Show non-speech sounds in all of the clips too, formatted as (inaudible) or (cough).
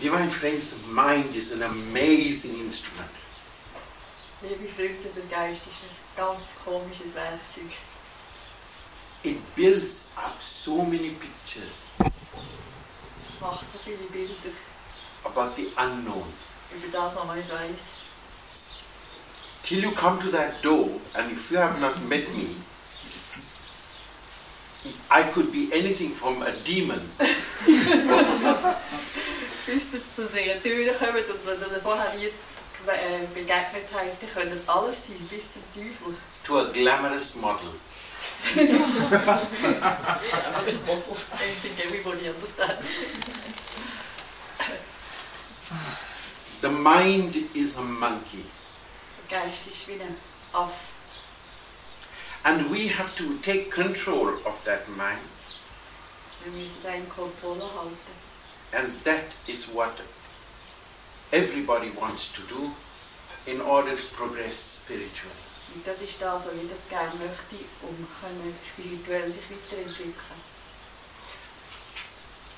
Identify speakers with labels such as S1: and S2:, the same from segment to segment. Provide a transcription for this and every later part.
S1: Divine friends, the mind is an amazing instrument.
S2: Liebe Freunde, der Geist ist ein ganz komisches Werkzeug.
S1: It builds up so many pictures
S2: Es macht so viele Bilder
S1: about the unknown.
S2: über das, was man nicht weiß.
S1: Till you come to that door, and if you have not met me, I could be anything from a demon
S2: Bis du zu den Türen kommst und wenn du dir vorher nie äh, begegnet hast, dann können es alles sein, bis zum Teufel.
S1: to a glamorous model.
S2: Aber es macht oft anything everybody understands.
S1: The mind is a monkey,
S2: Der Geist ist wie ein Affe.
S1: and we have to take control of that mind,
S2: Wir müssen ihn in Kontrolle halten.
S1: and that is what everybody wants to do in order to progress spiritually.
S2: Und das ist das, was ich das gerne möchte, um können spirituell sich weiterentwickeln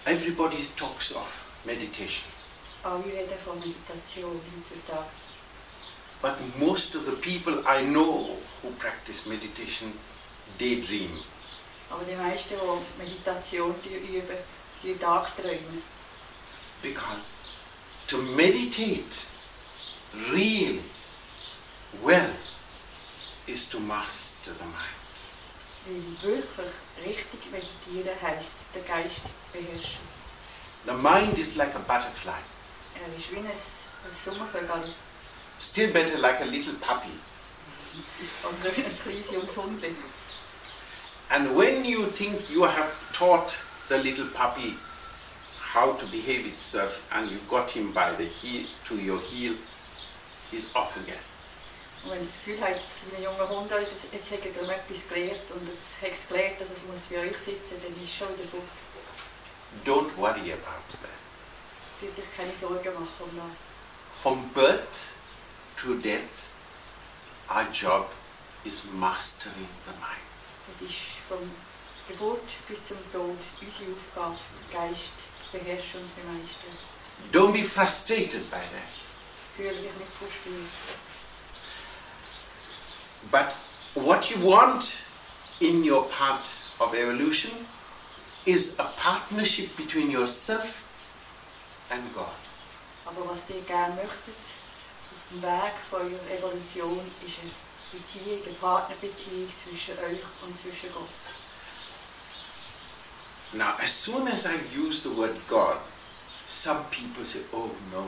S1: Everybody talks of meditation,
S2: Alle reden von Meditation heutzutage.
S1: but most of the people I know who practice meditation daydream.
S2: Aber die meisten, die Meditation üben, die Tagträumen.
S1: Because to meditate really well is to master the mind.
S2: Weil wirklich richtig meditieren heisst, den Geist beherrschen.
S1: The mind is like a butterfly,
S2: Er ist wie ein, ein Sommervögel
S1: still better, like a little puppy.
S2: oder wie ein kleines junges Hundli.
S1: And when you think you have taught the little puppy how to behave itself and you've got him by the heel to your heel, he's off again.
S2: Und wenn ihr das Gefühl habt, das kleine junge Hund, euch, das- jetzt hat er etwas gelernt und jetzt hat es gelernt, dass es muss bei euch sitzen muss, dann ist es schon wieder gut.
S1: Don't worry about that.
S2: Tut euch keine Sorgen machen um das.
S1: From birth to death, our job is mastering the mind.
S2: Das ist von Geburt bis zum Tod unsere Aufgabe, den Geist zu beherrschen und zu meistern.
S1: Don't be frustrated by that.
S2: Fühle dich nicht frustriert.
S1: But what you want in your part of evolution is a partnership between yourself and God.
S2: Aber was ihr gerne möchtet, auf dem Weg von eurer Evolution, ist eine Beziehung, eine Partnerbeziehung zwischen euch und zwischen Gott.
S1: Now, as soon as I use the word God, some people say, oh no,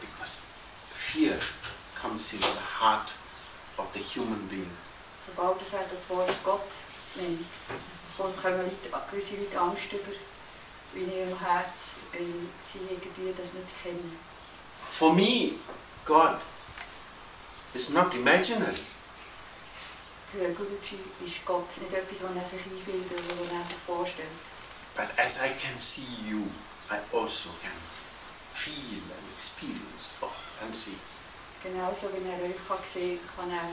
S1: because fear comes into the heart of the human being.
S2: Sobald ihr das Wort Gott nennt, kommen kommen Leute, gewisse Leute Angst über, in ihrem Herz, weil sie irgendwie das nicht kennen.
S1: For me, God is not imaginary.
S2: Für Guruji ist Gott nicht etwas, was er sich einbildet oder was er sich vorstellt.
S1: But as I can see you, I also can feel and experience God and see.
S2: Genauso wie er euch kann sehen kann, er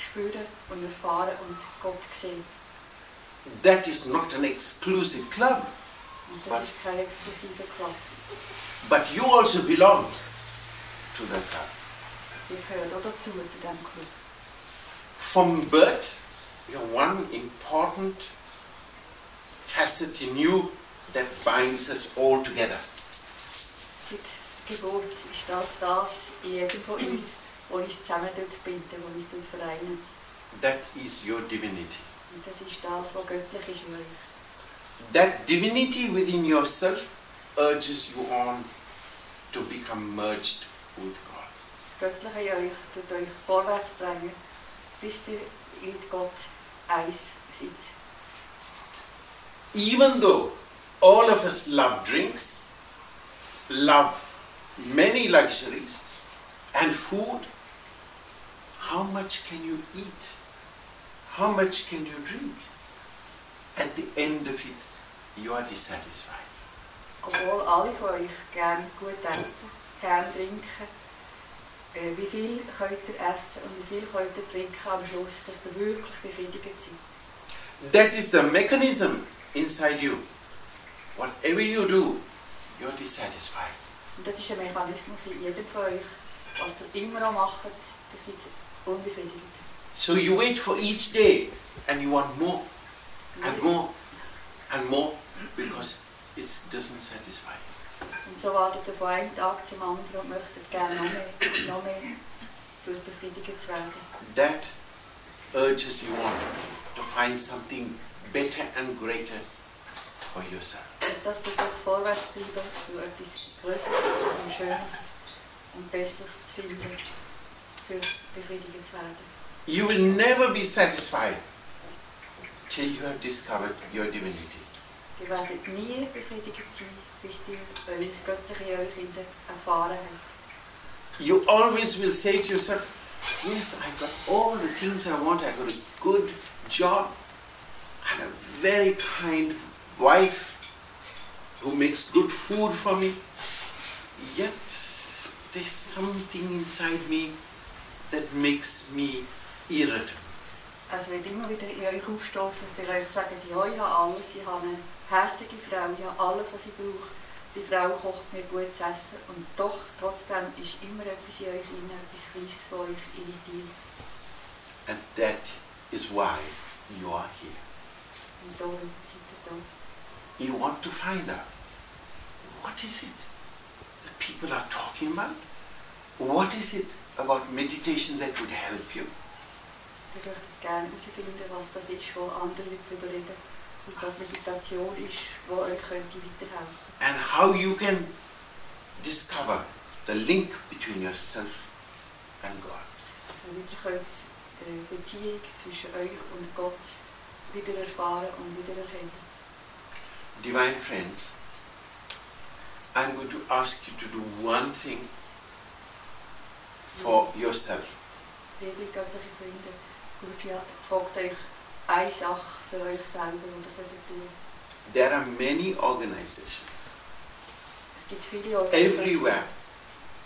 S2: spüren und erfahren und Gott sehen.
S1: That is not an exclusive club,
S2: Und das ist kein exklusiver Club.
S1: but you also belong to the club.
S2: Ihr gehört auch dazu, zu diesem Club.
S1: From birth, you are one important facet in you that binds us all together.
S2: Seit Geburt ist das das in jedem von uns, wo uns zusammen binden, wo uns dort vereinen.
S1: That is your divinity.
S2: Und das ist das, was göttlich ist in euch.
S1: That divinity within yourself urges you on to become merged with God.
S2: Das Göttliche in euch tut euch vorwärts drängen, bis ihr in Gott eins seid.
S1: even though all of us love drinks, love many luxuries and food, how much can you eat? How much can you drink? At the end of it, you are dissatisfied.
S2: Obwohl alle von euch gerne gut essen, gerne trinken, äh, wie viel könnt ihr essen und wie viel könnt ihr trinken am Schluss, dass ihr wirklich befriedigt seid.
S1: That is the mechanism inside you. Whatever you do, you you will be satisfied.
S2: Und das ist ein Mechanismus in jedem von euch. Was ihr immer auch macht, ihr seid unbefriedigt.
S1: So you wait for each day and you want more and more and more because it doesn't satisfy.
S2: Und so wartet ihr von einem Tag zum anderen und möchtet gerne noch mehr und noch mehr, durch befriedigt zu werden.
S1: That urges you on to find something better and greater for yourself.
S2: Und das tut euch vorwärts treiben, um etwas Größeres und Schönes und Besseres zu finden, für befriedigt zu werden.
S1: You will never be satisfied till you have discovered your divinity.
S2: Ihr werdet nie befriedigt sein, bis ihr euer Göttliche in euch innen erfahren habt.
S1: You always will say to yourself, Yes, I got all the things I want. I got a good job and a very kind wife who makes good food for me. Yet there's something inside me that makes me irritable.
S2: Also wird immer wieder in euch aufstoßen und will euch sagen, ja, ich habe alles, ich habe eine herzige Frau, ich habe alles, was ich brauche. Die Frau kocht mir gut zu essen und doch, trotzdem ist immer etwas in euch innen, etwas Kleines, das euch irritiert.
S1: And that is why you are here.
S2: Und darum seid ihr da.
S1: You want to find out what is it that people are talking about? What is it about meditation that would help you?
S2: Ihr möchtet gerne herausfinden, was das ist, wo andere Leute darüber reden und was Meditation ist, wo euch könnte Also weiterhelfen
S1: and how you can discover the link between yourself and God.
S2: damit ihr könnt die Beziehung zwischen euch und Gott wieder erfahren und wieder erkennen.
S1: Divine friends, I'm going to ask you to do one thing for yourself.
S2: Liebe göttliche Freunde, Guru Ji fragt euch eine Sache für euch selber und das sollt ihr tun.
S1: There are many organizations
S2: Es gibt viele Organisationen,
S1: everywhere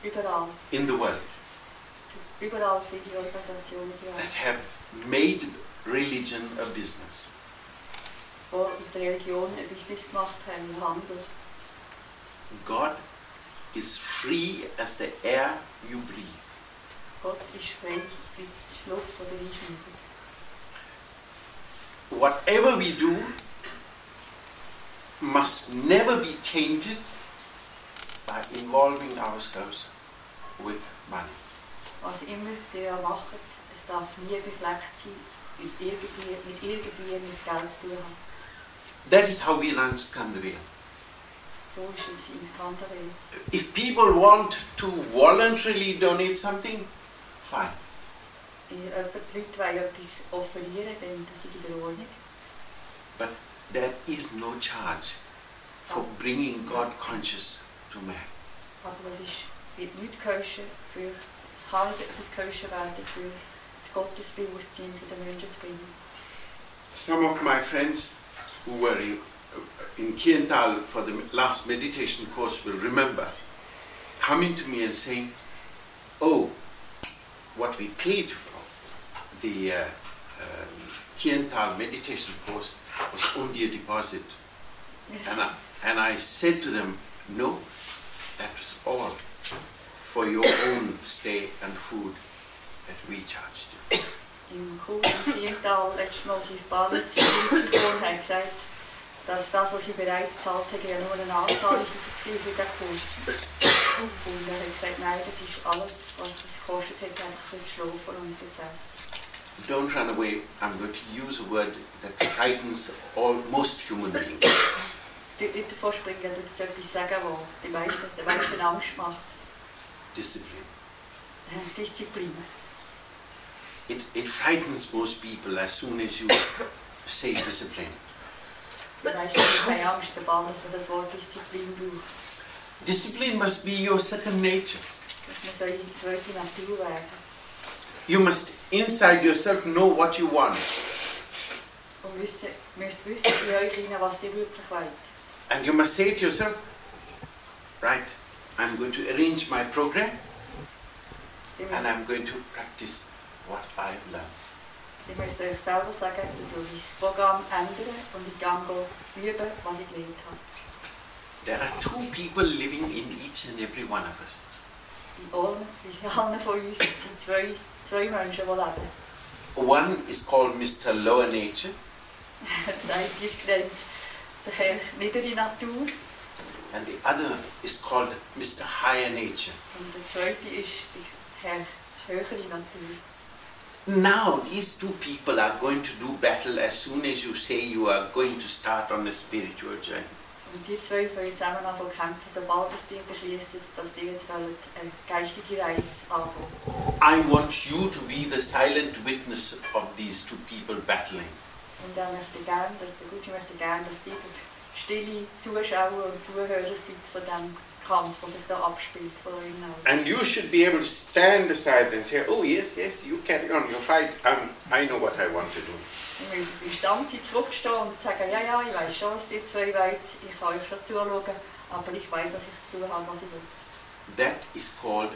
S2: überall,
S1: in the world
S2: überall viele Organisationen, die
S1: that
S2: auch-
S1: have made religion a business.
S2: die aus der Religion ein Business gemacht haben, einen Handel.
S1: God is free as the air you breathe.
S2: Gott ist frei wie die Luft oder Einschneidung.
S1: Whatever we do must never be tainted by involving ourselves with money.
S2: Was immer ihr auch macht, es darf nie befleckt sein mit irgendwie mit, irgendwie mit Geld zu tun haben.
S1: That is how we run Skandavia.
S2: So ist es ins Kantarell.
S1: If people want to voluntarily donate something, fine.
S2: Wenn jemand- die Leute wollen etwas offerieren, dann das ist in der Ordnung.
S1: But there is no charge for bringing God conscious to man.
S2: Aber es ist, wird nicht gehäuschen für, es kann nicht etwas gehäuschen werden, für das Gottesbewusstsein zu den Menschen zu bringen.
S1: Some of my friends who were in, in Kiental for the last meditation course will remember coming to me and saying, Oh, what we paid for the uh, um, Kiental meditation course was only a deposit. And I, and I said to them, No, that was all for your own stay and food that we charged you.
S2: im Kurs im Viertal letztes Mal sein Badezimmer gekommen haben gesagt, dass das, was sie bereits gezahlt haben, ja nur eine Anzahlung war für den Kurs. Und er hat gesagt, nein, das ist alles, was es gekostet hat, einfach für das Schlafen und für das Essen.
S1: Don't run away. I'm going to use a word that frightens all most human beings.
S2: Dort nicht davor springen, dort jetzt etwas sagen, was die meisten, die meisten Angst macht. (laughs)
S1: Discipline.
S2: Äh, Disziplin.
S1: It, it frightens most people as soon as you say discipline.
S2: Die meisten haben keine Angst, sobald dass man das Wort Disziplin braucht.
S1: Discipline must be your second nature.
S2: Dass man so in zweite Natur werden.
S1: You must inside yourself know what you want
S2: Und wissen, müsst wissen in euch hinein, was ihr wirklich wollt.
S1: and you must say to yourself, right, I'm going to arrange my program
S2: Ihr müsst
S1: and I'm going to practice what I've learned.
S2: Ihr müsst euch selber sagen, ich tue mein Programm ändern und ich gehe üben, was ich gelernt habe.
S1: There are two people living in each and every one of us.
S2: In allen, in allen von uns sind zwei, zwei Menschen, die leben. (laughs)
S1: One is called Mr. Lower Nature,
S2: Der eine ist genannt der Herr Niedere Natur
S1: and the other is called Mr. Higher Nature.
S2: und der zweite ist der Herr Höhere Natur.
S1: Now, these two people are going to do battle as soon as you say you are going to start on a spiritual journey.
S2: Und die zwei wollen zusammen anfangen zu kämpfen, sobald es die beschließen, dass die jetzt wollen, eine geistige Reise anfangen.
S1: I want you to be the silent witness of these two people battling.
S2: Und er möchte gerne, dass der Gucci möchte gerne, dass die stille Zuschauer und Zuhörer sind von dem Kampf, der sich da abspielt von euren Augen.
S1: And you should be able to stand aside and say, oh, yes, yes, you carry on your fight. Um, I know what I want to do.
S2: Wir müssen beim Stand sein, zurückstehen und sagen, ja, ja, ich weiß schon, was die zwei wollen, ich kann euch schon zuschauen, aber ich weiß, was ich zu tun habe, was ich will.
S1: That is called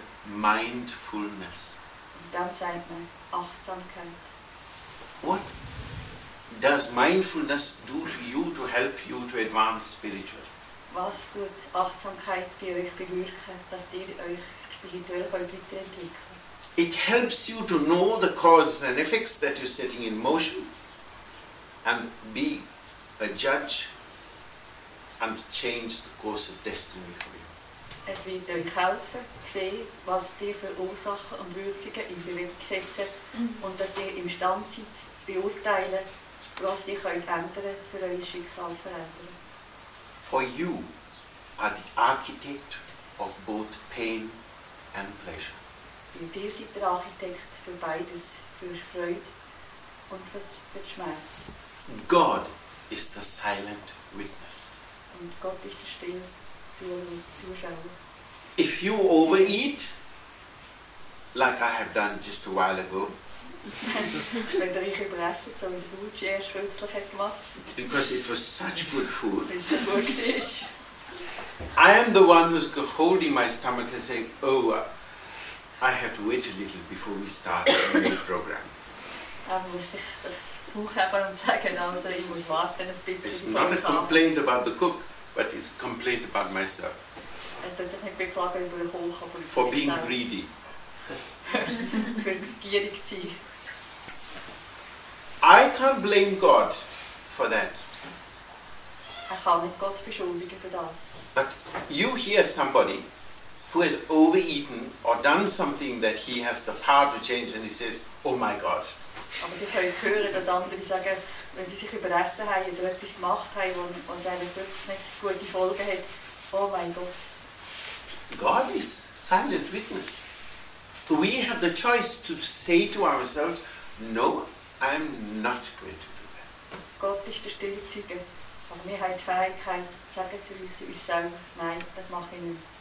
S1: mindfulness.
S2: Und dem sagt man Achtsamkeit.
S1: What does mindfulness do to you to help you to advance spiritually?
S2: Was tut Achtsamkeit bei euch bewirken, dass ihr euch spirituell könnt weiterentwickeln könnt?
S1: It helps you to know the causes and effects that you're setting in motion and be a judge and change the course of destiny for you.
S2: Es wird euch helfen, sehen, was ihr für Ursachen und Wirkungen in Bewegung setzt und dass ihr imstande seid, zu beurteilen, was ihr könnt ändern für euer Schicksal zu verändern.
S1: For you are the architect of both pain and pleasure.
S2: Weil ihr seid der Architekt für beides, für Freude und für, für den Schmerz.
S1: God is the silent witness.
S2: Und Gott ist der stille Zu- Zuschauer.
S1: If you overeat, like I have done just a while ago,
S2: Wenn ihr euch überessen, so wie der Gucci erst kürzlich hat gemacht
S1: because it was such good food,
S2: weil es so gut war.
S1: I am the one who's go- holding my stomach and saying, Oh, uh, I have to wait a little before we start the new program.
S2: Er muss sich das Buch haben und sagen, also ich muss warten ein bisschen.
S1: It's
S2: bevor
S1: not a
S2: ich kann.
S1: complaint about the cook, but it's a complaint about myself
S2: Er tut sich nicht beklagen über den Koch, aber
S1: for
S2: sich
S1: being
S2: selber-
S1: greedy.
S2: Für gierig zu sein.
S1: I can't blame God for that.
S2: Er kann nicht Gott beschuldigen für das.
S1: But you hear somebody who has overeaten or done something that he has the power to change and he says, Oh my God,
S2: Aber ihr könnt hören, dass andere sagen, wenn sie sich überessen haben oder etwas gemacht haben, was- was eigentlich wirklich nicht gute Folgen hat, oh mein Gott.
S1: God is silent witness. We have the choice to say to ourselves, No, I'm not going to do that.
S2: Gott ist der stille Zeuge. Aber wir haben die Fähigkeit zu sagen zu uns, uns selber, nein, das mache ich nicht.